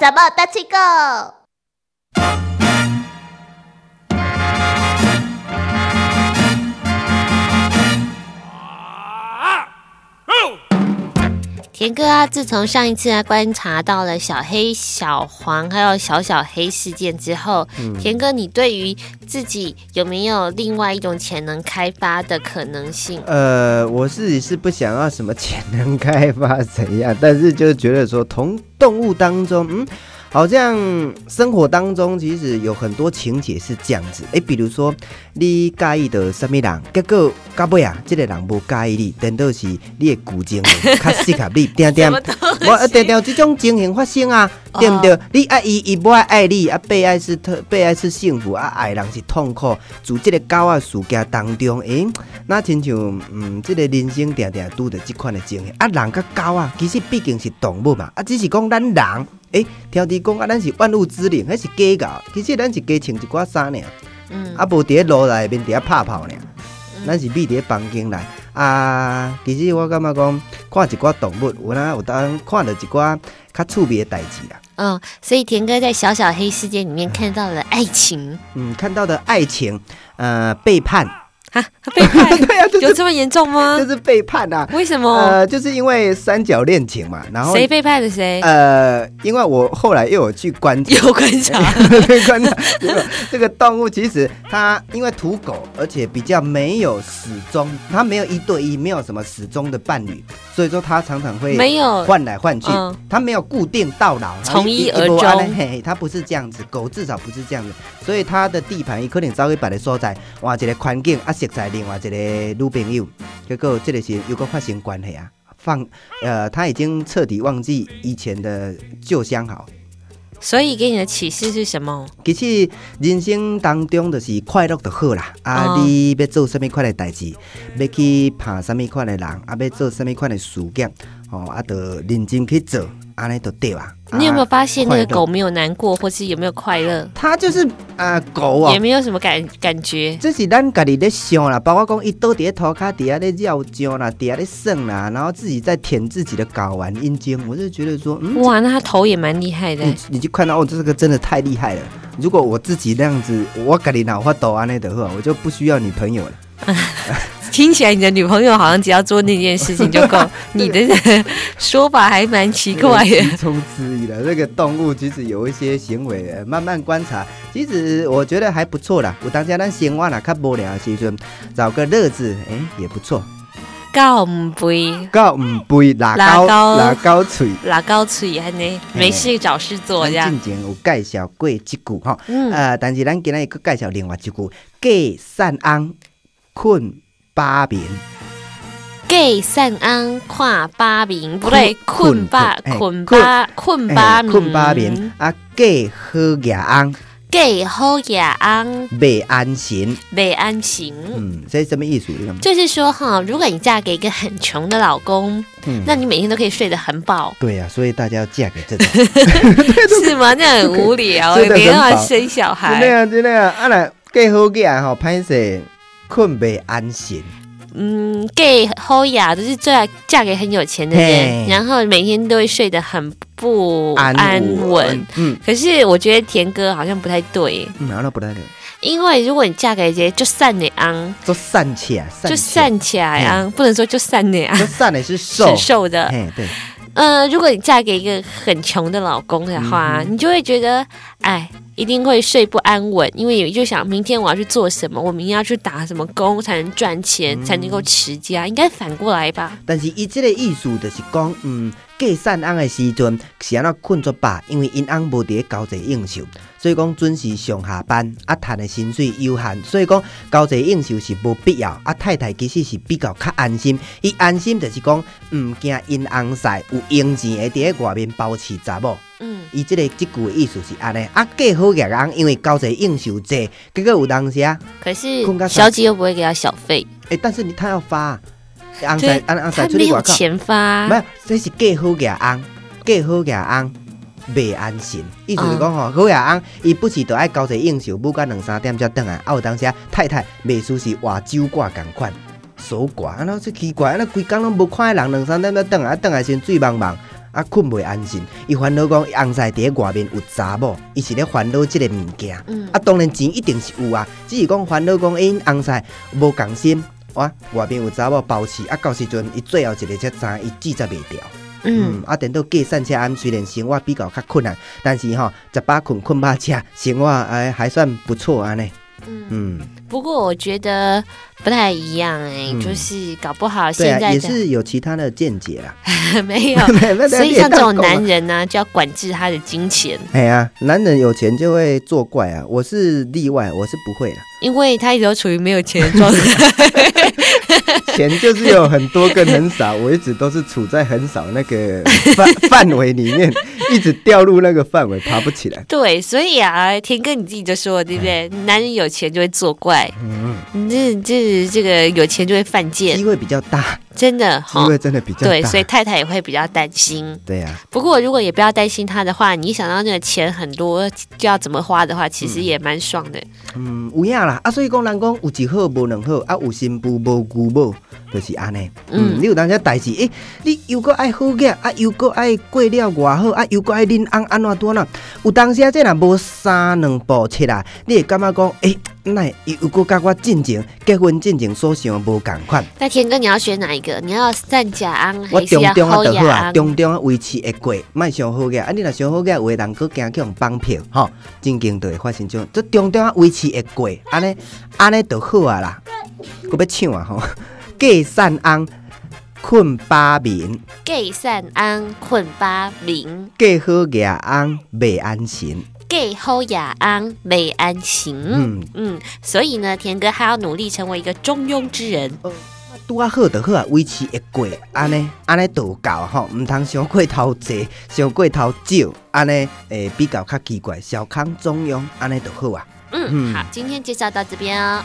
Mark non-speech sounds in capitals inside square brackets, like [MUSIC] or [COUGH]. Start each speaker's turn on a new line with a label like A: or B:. A: 怎么大七个？田哥啊，自从上一次啊观察到了小黑、小黄还有小小黑事件之后，田哥，你对于自己有没有另外一种潜能开发的可能性？
B: 呃，我自己是不想要什么潜能开发怎样，但是就觉得说，从动物当中，嗯，好像生活当中其实有很多情节是这样子。诶，比如说你介意的什么人，结果到尾啊，这个人无介意你，等到是你的古精人较适合你，定
A: [LAUGHS]
B: 定
A: 什么东西
B: [LAUGHS] 我一呃定定有这种情形发生啊，
A: 哦
B: 对不对？你爱伊，伊不爱爱你啊，被爱是特，被爱是幸福啊，爱人是痛苦。自这个狗仔事件当中，诶、那亲像嗯，这个人生定定拄着这款的情形啊，人甲狗仔其实毕竟是动物嘛，啊，只是讲咱人。诶，听你讲啊，咱是万物之灵，迄是假搞？其实咱是加穿一寡衫尔，
A: 嗯
B: 啊，无伫咧路内面伫咧拍炮尔，咱是秘伫咧房间内。啊，其实我感觉讲，看一寡动物，有哪有当看到一寡较趣味的代志啊啦。
A: 嗯，所以田哥在小小黑事件里面看到了爱情，
B: 嗯，看到的爱情，呃，背叛， [LAUGHS]
A: 背叛
B: 对啊，就
A: 有
B: 是
A: 这么严重吗
B: [LAUGHS] 就？是背叛啊。
A: 为什么？
B: 呃，就是因为三角恋情嘛，然后
A: 哦谁背叛了谁？
B: 呃，因为我后来又有去观察，
A: 有观
B: 哎
A: 察
B: 对观察这个这个动物，其实它因为土狗，而且比较没有始终，它没有一对一，没有什么始终的伴侣，所以说它常常会
A: 没有？
B: 换来换去
A: 嗯，
B: 它没有固定到老，
A: 从一而
B: 波安
A: 终
B: 嘿，嘿它不是这样子，狗至少不是这样子，所以它的地盘伊可能稍微别个所在换一个环境，啊，熟悉另外一个女朋友，结果这个时候又搁发生关系啊，放呃，他已经彻底忘记以前的旧相好。
A: 所以给你的启示是什么？
B: 其实人生当中就是快乐就好啦，啊，
A: 哦
B: 你要做什物款的代志，要去拍什物款的人，啊，要做什物款的事件，哦，啊，就认真去做，安尼就对啊。
A: 你有没有
B: 啊？
A: 发现那
B: 快
A: 个
B: 乐
A: 狗没有难过，或是有没有快乐，
B: 他就是啊、狗啊、
A: 也没有什么感感觉？
B: 这是咱家己咧想啦，包括讲伊倒伫咧涂骹底下咧绕脚啦，底下咧耍啦，然后自己在舔自己的睾丸阴茎，我就觉得说，嗯，
A: 哇，那他头也蛮厉害的。
B: 你你就看到哦，这个真的太厉害了。如果我自己那样子，我家己脑花抖安尼的话，我就不需要女朋友了。
A: 听起来你的女朋友好像只要做那件事情就
B: [LAUGHS]
A: 够，你的说法还蛮奇怪
B: 这 [LAUGHS]
A: 的。
B: 个其中之一了。这个动物其实有一些行为，呃慢慢观察，其实我觉得还不错啦。有当家咱闲话啦，较无聊的时阵，找个乐子，哎、也不错。
A: 告唔杯，
B: 到唔肥拉
A: 拉
B: 高
A: 高
B: 拉高嘴，
A: 拉高嘴还
B: 哎
A: 呢，没事找事 [LAUGHS] 做这
B: 咱
A: 样。
B: 之前有介绍过一句吼，
A: 嗯，
B: 呃，但是咱今日又介绍另外一句，嫁散翁困八眠。
A: gay 散安跨八名，不对，困八
B: 哎
A: 困八困八
B: 嘿哎困八眠啊，嫁好牙翁
A: gay 好也安
B: 未安神。
A: 未安行。
B: 嗯，这是什么意思？你看
A: 就是说哈，如果你嫁给一个很穷的老公，
B: 嗯
A: 那你每天都可以睡得很
B: [LAUGHS]
A: 饱，
B: 对啊呀、所以大家要嫁给这种。
A: 是吗？那很无聊，
B: [LAUGHS] 睡得很
A: 没办
B: 饱
A: 法生小
B: 真的
A: 孩。
B: 啊，真的啊，啊来嫁好嫁吼，歹势困袂安心，
A: 嗯，gay 好雅就是嫁嫁给很有钱的人，
B: 嘿
A: 然后每天都会睡得很不安
B: 安
A: 稳。。
B: 嗯
A: 可是我觉得田哥好像不太对，
B: 嗯，然后不太对，
A: 因为如果你嫁给一个就散的昂，
B: 就散起来，
A: 就
B: 散
A: 散起来昂，不能说就散的昂
B: 起来，，就散的是瘦
A: 很。瘦的。
B: 嘿，对，
A: 呃，如果你嫁给一个很穷的老公的话，
B: 嗯
A: 你就会觉得，哎，一定会睡不安稳，因为你就想明天我要去做什么，我明天要去打什么工才能赚钱，
B: 嗯
A: 才能够持家，应该反过来吧？
B: 但是伊这个意思就是讲，嗯，嫁散翁的时阵是安怎困作罢，因为因翁无伫咧交际应酬，所以讲准时上下班，啊，趁的薪水有限，所以讲交际应酬是无必要。啊，太太其实是比较较安心，伊安心就是讲，毋惊因翁婿有用钱会伫咧外面包饲查某。
A: 嗯，
B: 伊即、个即句的意思是安尼，啊，嫁好嫁人，因为交际应酬济，结果有当时啊，
A: 可是
B: 困到
A: 小姐又不会给他小费，
B: 诶、但是你他要发、啊，昂
A: 对
B: 塞昂昂
A: 他
B: 啊塞出
A: 没
B: 去
A: 有
B: 外口，
A: 钱
B: 没
A: 发，
B: 有，这是嫁好嫁翁，嫁好嫁翁。袂安心，意思是讲吼，好呀，翁伊不是着爱交际应酬，不管两三点才转来，啊有当时啊太太袂输是换酒挂共款，啊手挂，安尼说奇怪，安尼规工拢无看的人，两三点才转来，啊转来先醉茫茫，啊啊困袂安心，伊烦恼讲翁婿伫咧外面有查某，伊是咧烦恼即个物件。
A: 嗯
B: 啊，当然钱一定是有啊，只是讲烦恼讲因翁婿无共心，哇，外面有查某包饲，啊，到时阵伊最后一个才知伊记才袂掉。
A: 嗯
B: 嗯，啊，等到计算车安，虽然生活比较较困难，但是吼、食饱困困饱吃，生活哎还算不错安尼。
A: 嗯，
B: 嗯，
A: 不过我觉得不太一样哎、
B: 嗯
A: 就是搞不好
B: 对
A: 现
B: 啊，
A: 在
B: 也
A: 的、
B: 是有其他的见解啦。
A: [LAUGHS] 没
B: [LAUGHS]
A: 有，啊所以像这种
B: 啊
A: 男，人呢、就要管制他的金钱，
B: 哎呀，男人有钱就会作怪啊，我是例外，我是不会的。
A: 因为他一直都处于没有钱的状态。
B: 钱就是有很多跟很少，我一直都是处在很少那个
A: [LAUGHS]
B: 范范围里面，一直掉入那个范围，爬不起来。
A: [LAUGHS] 对，所以啊，田哥你自己就说了，对不对？男人有钱就会作怪，
B: 嗯，
A: 你这这这个有钱就会犯贱
B: 机，会比较大，
A: 真的
B: 机
A: 哈。
B: 会真的比较大。
A: 对，所以太太也会比较担心。
B: 对啊呀、
A: 不过，如果也不要担心他的话，你想到那个钱很多，就要怎么花的话，其实也蛮爽的。
B: 嗯，有影啦。啊，所以讲人讲有一好无两好，啊有新妇无旧某，就是安尼。
A: 嗯
B: 嗯，你有当时代志，诶、你又搁爱好个，啊又搁爱过了外好，啊又搁爱恁翁安怎多呐？有当时啊，这若无三两步七啊，你会感觉讲，诶、那伊又搁甲我进前结婚进前所想的无共款。
A: 那田哥，你要选哪一个？你要散甲安
B: 我
A: 还是
B: 中
A: 要
B: 中啊
A: 薅
B: 就好
A: 牙
B: 啊，
A: 安？
B: 中中啊维持会过，莫上好个。啊，你若上好个，有的人佫惊去互绑票，吼，真经就会发生这种。这中中啊维持会过，安尼安尼就好啊啦。佫要唱啊吼， [LAUGHS] 计散翁困巴眠，
A: gay 散安困八零
B: 计好个翁袂安心。
A: ，gay 薅牙安没安行。
B: 嗯，
A: 嗯，所以呢，田哥还要努力成为一个中庸之人。
B: 拄啊好就好啊，维持会过，安尼安尼就有够啊吼，毋通伤过头济，伤过头少，安尼诶比较较奇怪，小康中庸安尼就好啊。
A: 嗯，
B: 嗯
A: 好，今天介绍到这边哦。